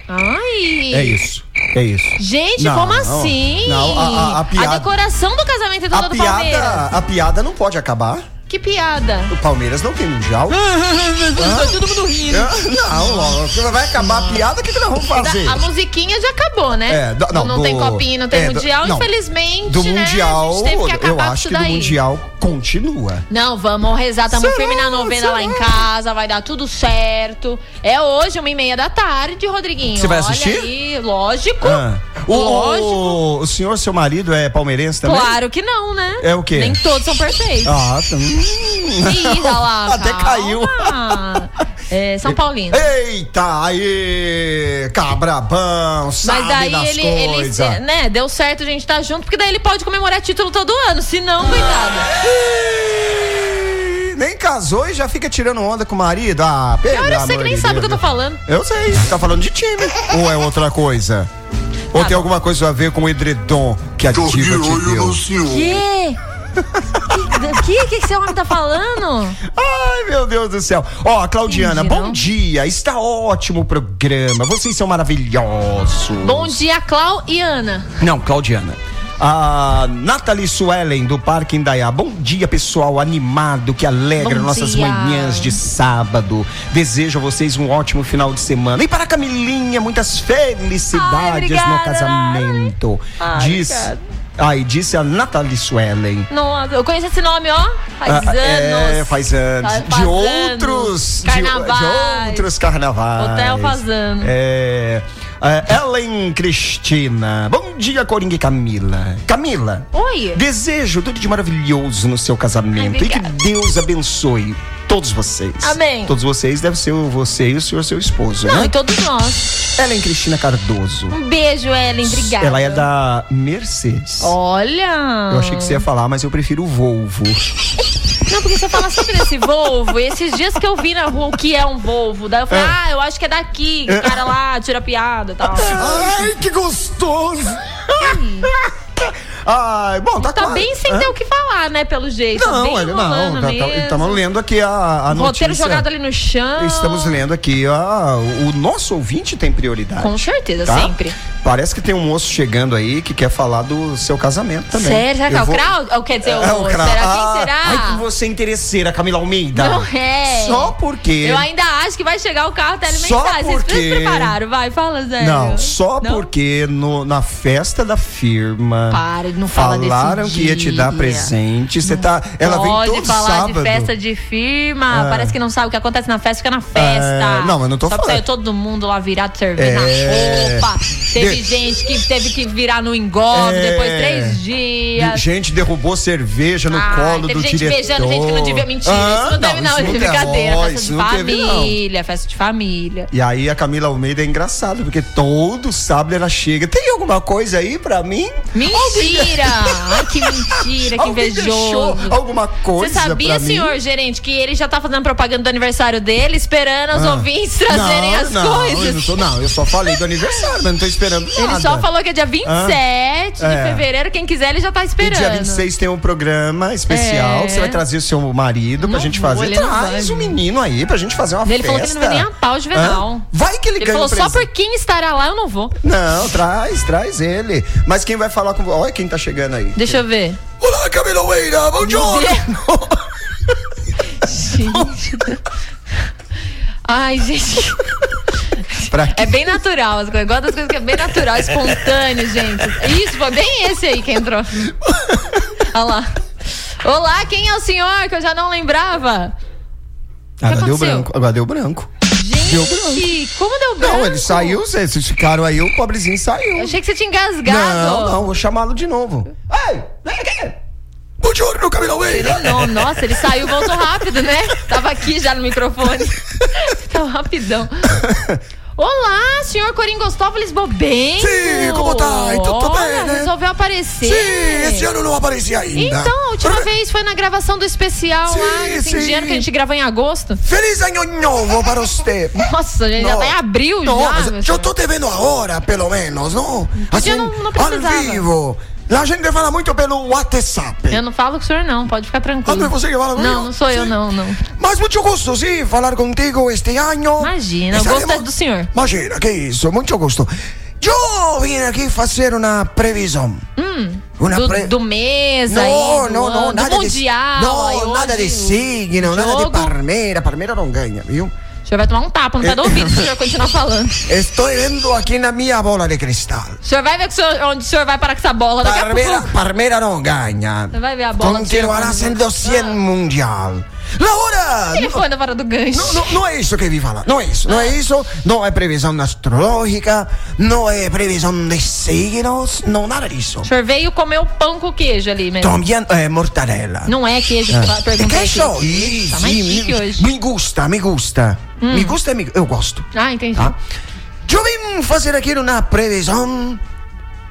Ai.
É isso. É isso.
Gente,
Não,
como
não.
assim?
Não, a- a- a piada-
decoração do casamento é toda
A
do Palmeiras.
piada, a piada não pode acabar.
Que piada.
O Palmeiras não tem mundial.
Tá todo mundo rindo.
Ah, Não, logo. Vai acabar a piada, o que, que nós vamos fazer?
É A musiquinha já acabou, né?
É, do- não, do-
tem copinha, não tem
é, do-
mundial,
não.
infelizmente.
Do
né,
mundial,
a gente teve que acabar
eu
com
acho
isso
que do
daí.
mundial continua.
Não, vamos rezar, tamo
Será?
firme na novena lá em
Será?
casa, vai dar tudo certo. É hoje, uma e meia da tarde, Rodriguinho.
Você vai
Olha
assistir?
aí, lógico.
Ah, o,
lógico.
o, o senhor, seu marido, é palmeirense também?
Claro que não, né?
É o quê?
Nem todos são perfeitos.
Ah, tá.
Ih, olha lá,
Até
calma.
caiu.
É, São Paulino.
Eita, aí, cabrabão, sabe
Mas daí
das
ele, ele,
coisas.
né, deu certo, a gente tá junto, porque daí ele pode comemorar título todo ano, se
Ah,
não, coitado.
Nem casou e já fica tirando onda com o marido. Ah, pelo
Pior, eu sei que
amor
nem
de
sabe o que eu
Deus.
tô falando.
Eu sei, tá falando de time. Ou é outra coisa?
Tá
Ou tem alguma coisa a ver com o edredom que a diva te deu?
Que? Que? Que que esse homem tá falando?
Ai, meu Deus do céu. Ó, Claudiana, bom dia. Está ótimo o programa. Vocês são maravilhosos.
Bom dia, Clau e Ana.
Não, Claudiana. A Nathalie Suellen, do Parque Indaiá. Bom dia, pessoal animado que alegra
Bom
nossas
dia.
manhãs de sábado. Desejo a vocês um ótimo final de semana. E para a Camilinha, muitas felicidades
Ai,
no
obrigada,
casamento.
Ai,
Diz.
obrigada.
Ai, disse a Nathalie Suellen.
Nossa, eu conheço esse nome, ó, faz
Ah,
anos.
É, faz anos.
Faz-
de
faz
outros.
anos.
de- De,
Carnavais.
outros carnavais.
Hotel faz anos.
É. é, Ellen Cristina. Bom dia, Coringa e Camila. Camila.
Oi.
Desejo tudo de maravilhoso no seu casamento. e que
obrigada.
Deus abençoe todos vocês.
Amém.
Todos vocês deve ser o- você e o senhor, seu esposo,
Não,
né?
e todos nós.
Ellen Cristina Cardoso.
Um beijo, Ellen, obrigada. Oh.
Ela é da Mercedes.
Olha.
Eu achei que você ia falar, mas eu prefiro o Volvo.
Não, porque você fala sempre desse Volvo. E esses dias que eu vi na rua o que é um Volvo. Daí eu falei,
É.
ah, eu acho que é daqui. que O cara lá tira piada e tal.
Ai, que gostoso! Ai, bom, tá,
Tá
quase-
bem sem
Hã?
ter o que falar, né, pelo jeito. tá
Não,
bem
olha, não,
enrolando
tá- tá-
mesmo. Um
estamos lendo aqui a, a notícia.
Roteiro jogado ali no chão.
Estamos lendo aqui, a, o nosso ouvinte tem prioridade.
Com certeza,
tá?
sempre.
Parece que tem um moço chegando aí que quer falar do seu casamento também.
Sério, será que
Eu
é o
vou-
Crau? Ou quer dizer,
É,
o,
o Crau.
será quem
Ah,
será?
Ai, que você é interesseira, Camila Almeida.
Não é.
Só porque...
Eu ainda acho que vai chegar o carro
Só
telemensagens. Vocês
porque-
se prepararam, vai, fala sério.
Não, só
Não?
porque no- na festa da firma.
Para, não fala desse
Falaram que ia te dar
dia.
presente. Você tá. Ela
Pode
vem todo
falar
sábado.
de festa de firma.
É.
Parece que não sabe o que acontece na festa, fica na festa.
É, não, mas não tô
Só que
falando.
saiu todo mundo lá virado, servindo
É.
a roupa. Teve
De-
gente que teve que virar no engove
É.
depois de três dias.
Gente derrubou cerveja no
Ah,
colo
teve
do
gente
diretor.
beijando gente que não devia mentir.
Ah,
isso não teve, não.
isso
isso é
teve,
brincadeira.
ó,
Festa
isso
de
não teve, não.
família, festa de família.
E aí a Camila Almeida é engraçada, porque todo sábado ela chega. Tem alguma coisa aí pra mim?
Mentira! Ai, que mentira, que
Alguém deixou
invejoso.
alguma coisa
Você sabia,
pra mim?
senhor gerente, que ele já tá fazendo propaganda do aniversário dele, esperando os
Ah.
ouvintes trazerem
não,
as
não, Eu
coisas?
não, tô- não, eu só falei do aniversário, mas não tô esperando nada.
Ele só falou que é dia 27 de
É.
fevereiro, quem quiser ele já tá
E
esperando.
dia 26 tem um programa especial.
É.
que Você vai trazer o seu marido pra gente
vou,
fazer.
ele não
Traz o menino aí pra gente fazer uma
Ele
festa.
falou que ele não vai nem a pau de venal.
Hã? Vai que ele,
Ele
ganha
falou,
um
só
presente.
por quem estará lá eu não vou.
Não, traz, traz ele. Mas quem vai falar com você? Olha quem tá chegando aí.
Deixa eu ver.
Olá, Camila Weira, bom dia!
Gente. Ai, gente. É bem natural as coisas. Eu gosto das coisas que é bem natural, espontâneo, gente. Isso, foi bem esse aí que entrou. Olha lá. Olá, quem é o senhor que eu já não lembrava?
Agora deu
aconteceu?
branco, agora deu branco. Deu branco.
Gente, como deu branco?
Não, ele saiu, vocês vocês ficaram aí, o pobrezinho saiu.
Eu achei que você tinha engasgado.
Não, não, vou chamá-lo de novo. Ei, vem aqui! Bom dia, meu Camila Weira!
Não, nossa, ele saiu e voltou rápido, né? Tava aqui já no microfone. Tava rapidão. Olá, senhor Coringostópolis Bobengo.
Sim, como tá? Então, tô bem,
Olha,
né?
Resolveu aparecer.
Sim, esse ano eu não apareci ainda.
Então, a última vez foi na gravação do especial lá,
Sim,
esse
sim.
indiano que a gente gravou em agosto.
Feliz ano novo para você.
Nossa, gente, já tá em abril
no,
já,
mas
meu
Yo
senhor.
estoy te vendo ahora, pelo menos, ¿no? Así,
Yo no- no precisaba.
al vivo. La gente fala muito pelo WhatsApp.
Eu não falo com o senhor, não, pode ficar tranquilo.
Ah, não é você que fala comigo?
Não, não sou eu, não, não.
Mas muito gosto, sim, falar contigo este ano. Imagina,
o gosto é do senhor.
Imagina, que isso, muito gosto. Eu vim aqui fazer uma previsão.
Hum,
Uma
do,
pre-
do mês
não,
aí, do
não,
ano,
não,
do
nada de,
mundial. aí
não,
hoje
nada de
o
signo, nada de
jogo.
Palmeira. Palmeira não ganha, viu? Eh,
O senhor vai tomar um tapa no pé do ouvido se o senhor continuar tá falando.
Estou vendo aqui na minha bola de cristal.
O senhor vai ver que o senhor- onde o senhor vai parar com essa bola daqui a
Parmeira,
pouco.
Parmeira não ganha.
Você vai ver a bola. do senhor
Continuará
quando-
sendo 100 mundial. Laura!
Ele foi na vara do gancho. Ah.
Não, não, não é isso que vim falar. Não é isso. Não é isso. Não é previsão astrológica. Não é previsão de signos. Não, nada disso.
O senhor veio comer o pão com queijo ali mesmo.
Também é mortadela.
Não é queijo.
É.
eu perguntei
Queijo?
aqui. Tá mais
Sim,
chique hoje.
Me gusta, me gusta.
Hum.
Me gusta, me, eu gosto.
Ah, entendi.
Tá? Eu vim fazer aqui uma previsão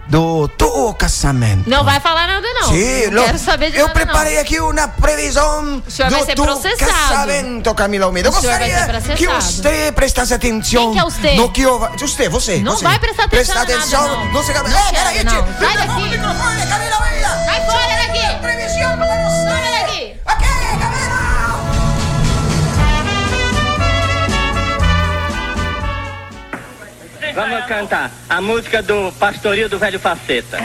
do teu casamento.
Não vai falar nada, não.
Sim,
não
não.
quero saber de
Eu
nada, não.
preparei aqui uma previsão
O senhor vai ser
teu
processado.
casamento, Camila Almeida. Eu
O senhor vai
gostaria
ser
que
processado.
você prestasse atenção
Quem que é você?
no que eu... va- Você, você.
Não
você.
vai prestar atenção
Presta
em nada,
atenção.
não.
Não se...
Não
é,
quero,
peraí,
não.
tio.
Sai daqui.
microfone, Camila Almeida.
Vai fora daqui.
Previsão para
Sai
você.
daqui.
Vamos cantar a música do Pastorio do Velho Faceta.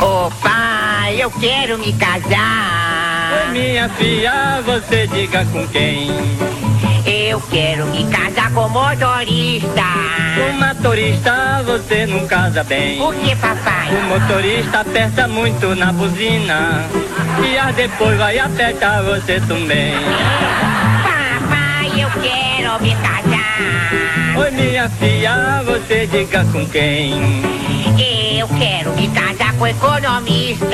Ô pai, eu quero me casar.
Oi, minha filha, você diga com quem?
Eu quero me casar com motorista.
Com motorista você não casa bem.
Por que, papai?
O motorista aperta muito na buzina. E as depois vai apertar você também.
Papai, eu quero me casar.
Oi, minha filha, você diga com quem?
Eu quero me casar com economista.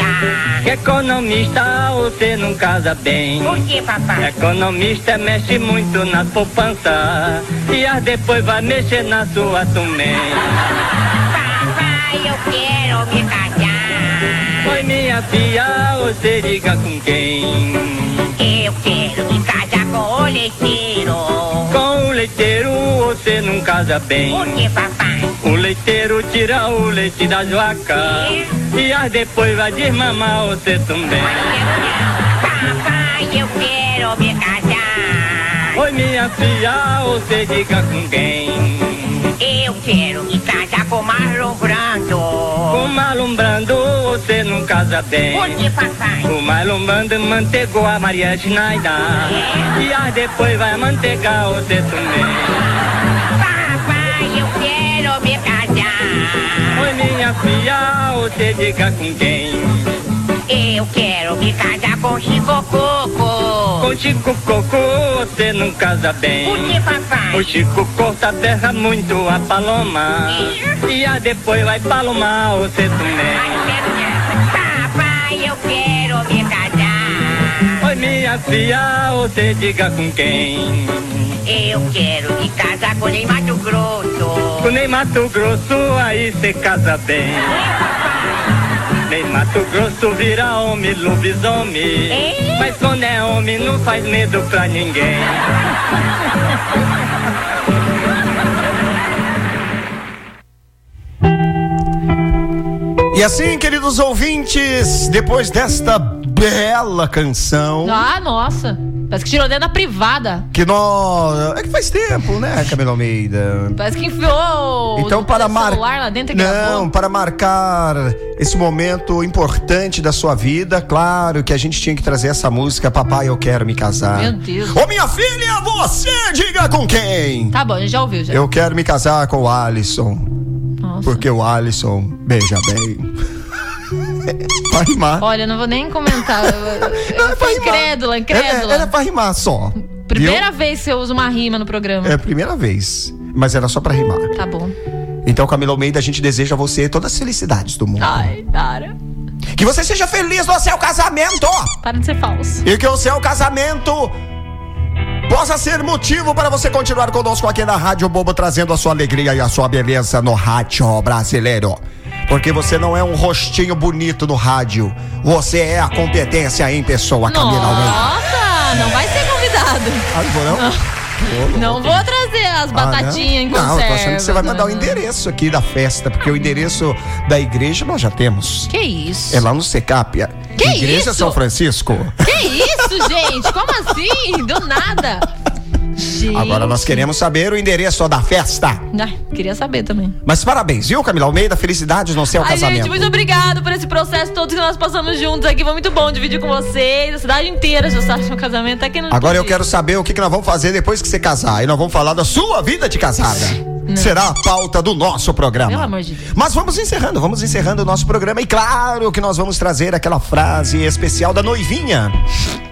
Que economista você não casa bem.
Ah. Por que, papai?
Economista mexe muito na poupança. E as depois vai mexer na sua também.
Papai, eu quero me casar.
Oi, minha filha, você liga com quem?
Eu quero me casar com o leiteiro.
Com o leiteiro você não casa bem.
Por que, papai?
O leiteiro tira o leite das vacas. E as depois vai desmamar você também.
Papai, eu quero me casar.
Oi, minha filha, você liga com quem?
Eu quero me casar com Marlon Brando.
Com malumbrando você não casa bem.
Por que, papai?
O malumbrando mantegou a Maria Ginaida. E as depois vai mantegar você também.
Papai, eu quero me casar.
Oi, minha filha, você liga com quem?
Eu quero me casar com Chico Coco.
Com Chico Coco você não casa bem.
Por que, papai?
O Chico corta a terra muito a paloma. E a depois vai palomar você também.
Papai, eu quero me casar.
Oi, minha filha, você diga com quem?
Eu quero me casar com Ney Mato Grosso.
Com nem Mato Grosso, aí você casa bem. Nem Mato Grosso vira homem, lobisomem.
Ei.
Mas quando é homem, não faz medo pra ninguém.
E assim, queridos ouvintes, depois desta bela canção.
Ah, nossa. Parece que tirou dentro da privada.
Que nós. É que faz tempo, né, Camila Almeida?
Parece que enfiou o-
Então,
o
para mar-
celular lá dentro e gravou.
Não, para marcar esse momento importante da sua vida, claro que a gente tinha que trazer essa música, Papai, eu quero me casar.
Meu Deus.
Ô, minha filha, você diga com quem?
Tá bom, a gente já ouviu já.
Eu quero me casar com o Alisson.
Nossa.
Porque o Alisson beija bem. pra rimar.
Olha, eu não vou nem comentar. Eu, eu, eu sou incrédula, incrédula.
é, Era, era pra rimar só.
Primeira
viu?
vez que eu uso uma rima no programa.
É a primeira vez. Mas era só pra rimar.
Tá bom.
Então, Camila Almeida, a gente deseja a você todas as felicidades do mundo.
Ai, para.
Que você seja feliz no seu casamento!
Para de ser falso.
E que é o seu casamento possa ser motivo para você continuar conosco aqui na Rádio Bobo, trazendo a sua alegria e a sua beleza no rádio brasileiro. Porque você não é um rostinho bonito no rádio. Você é a competência em pessoa, Camila Almeida.
Nossa, não vai ser convidado.
Ah, não vou não?
Não vou trazer as batatinhas
Ah,
em
não?
conserva.
Não, eu tô achando que você vai mandar o
né?
endereço aqui da festa, porque o endereço da igreja nós já temos.
Que isso?
É lá no Secap.
Que
igreja
isso?
São Francisco.
Que isso, gente? Como assim? Do nada. Gente.
Agora nós queremos saber o endereço da festa.
Ah, queria saber também.
Mas parabéns, viu, Camila Almeida? Felicidades no seu
Ai,
um casamento.
gente, muito obrigado por esse processo todo que nós passamos juntos aqui. Foi muito bom dividir com vocês. A cidade inteira já sabe do meu casamento. tá Aqui no
Agora eu quero saber o que, que nós vamos fazer depois que você casar. E nós vamos falar da sua vida de casada. Será a pauta do nosso programa.
Pelo amor de Deus.
Mas vamos encerrando, vamos encerrando o nosso programa. E claro que nós vamos trazer aquela frase especial da noivinha,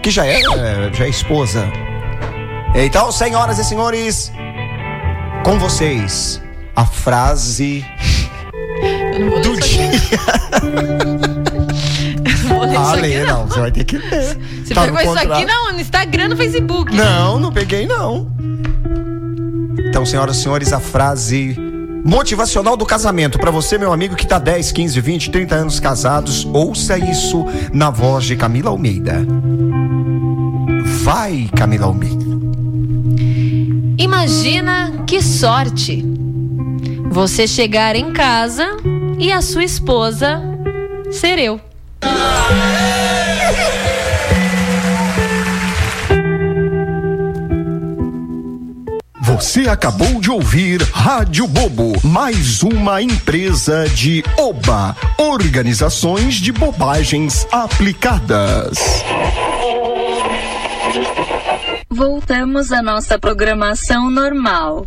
que já é, é, já é esposa. Então, senhoras e senhores, com vocês, a frase do dia.
Vou ler isso
Ah,
aqui,
lê,
não.
não, você vai ter que ler.
Você
Tá no
pegou isso
contrato.
aqui não, no Instagram, no Facebook.
Não, não peguei não. Então, senhoras e senhores, a frase motivacional do casamento para você, meu amigo que tá 10, 15, 20, 30 anos casados, ouça isso na voz de Camila Almeida. Vai, Camila Almeida.
Imagina que sorte você chegar em casa e a sua esposa ser eu.
Você acabou de ouvir Rádio Bobo, mais uma empresa de OBA, Organizações de Bobagens Aplicadas.
Voltamos à nossa programação normal.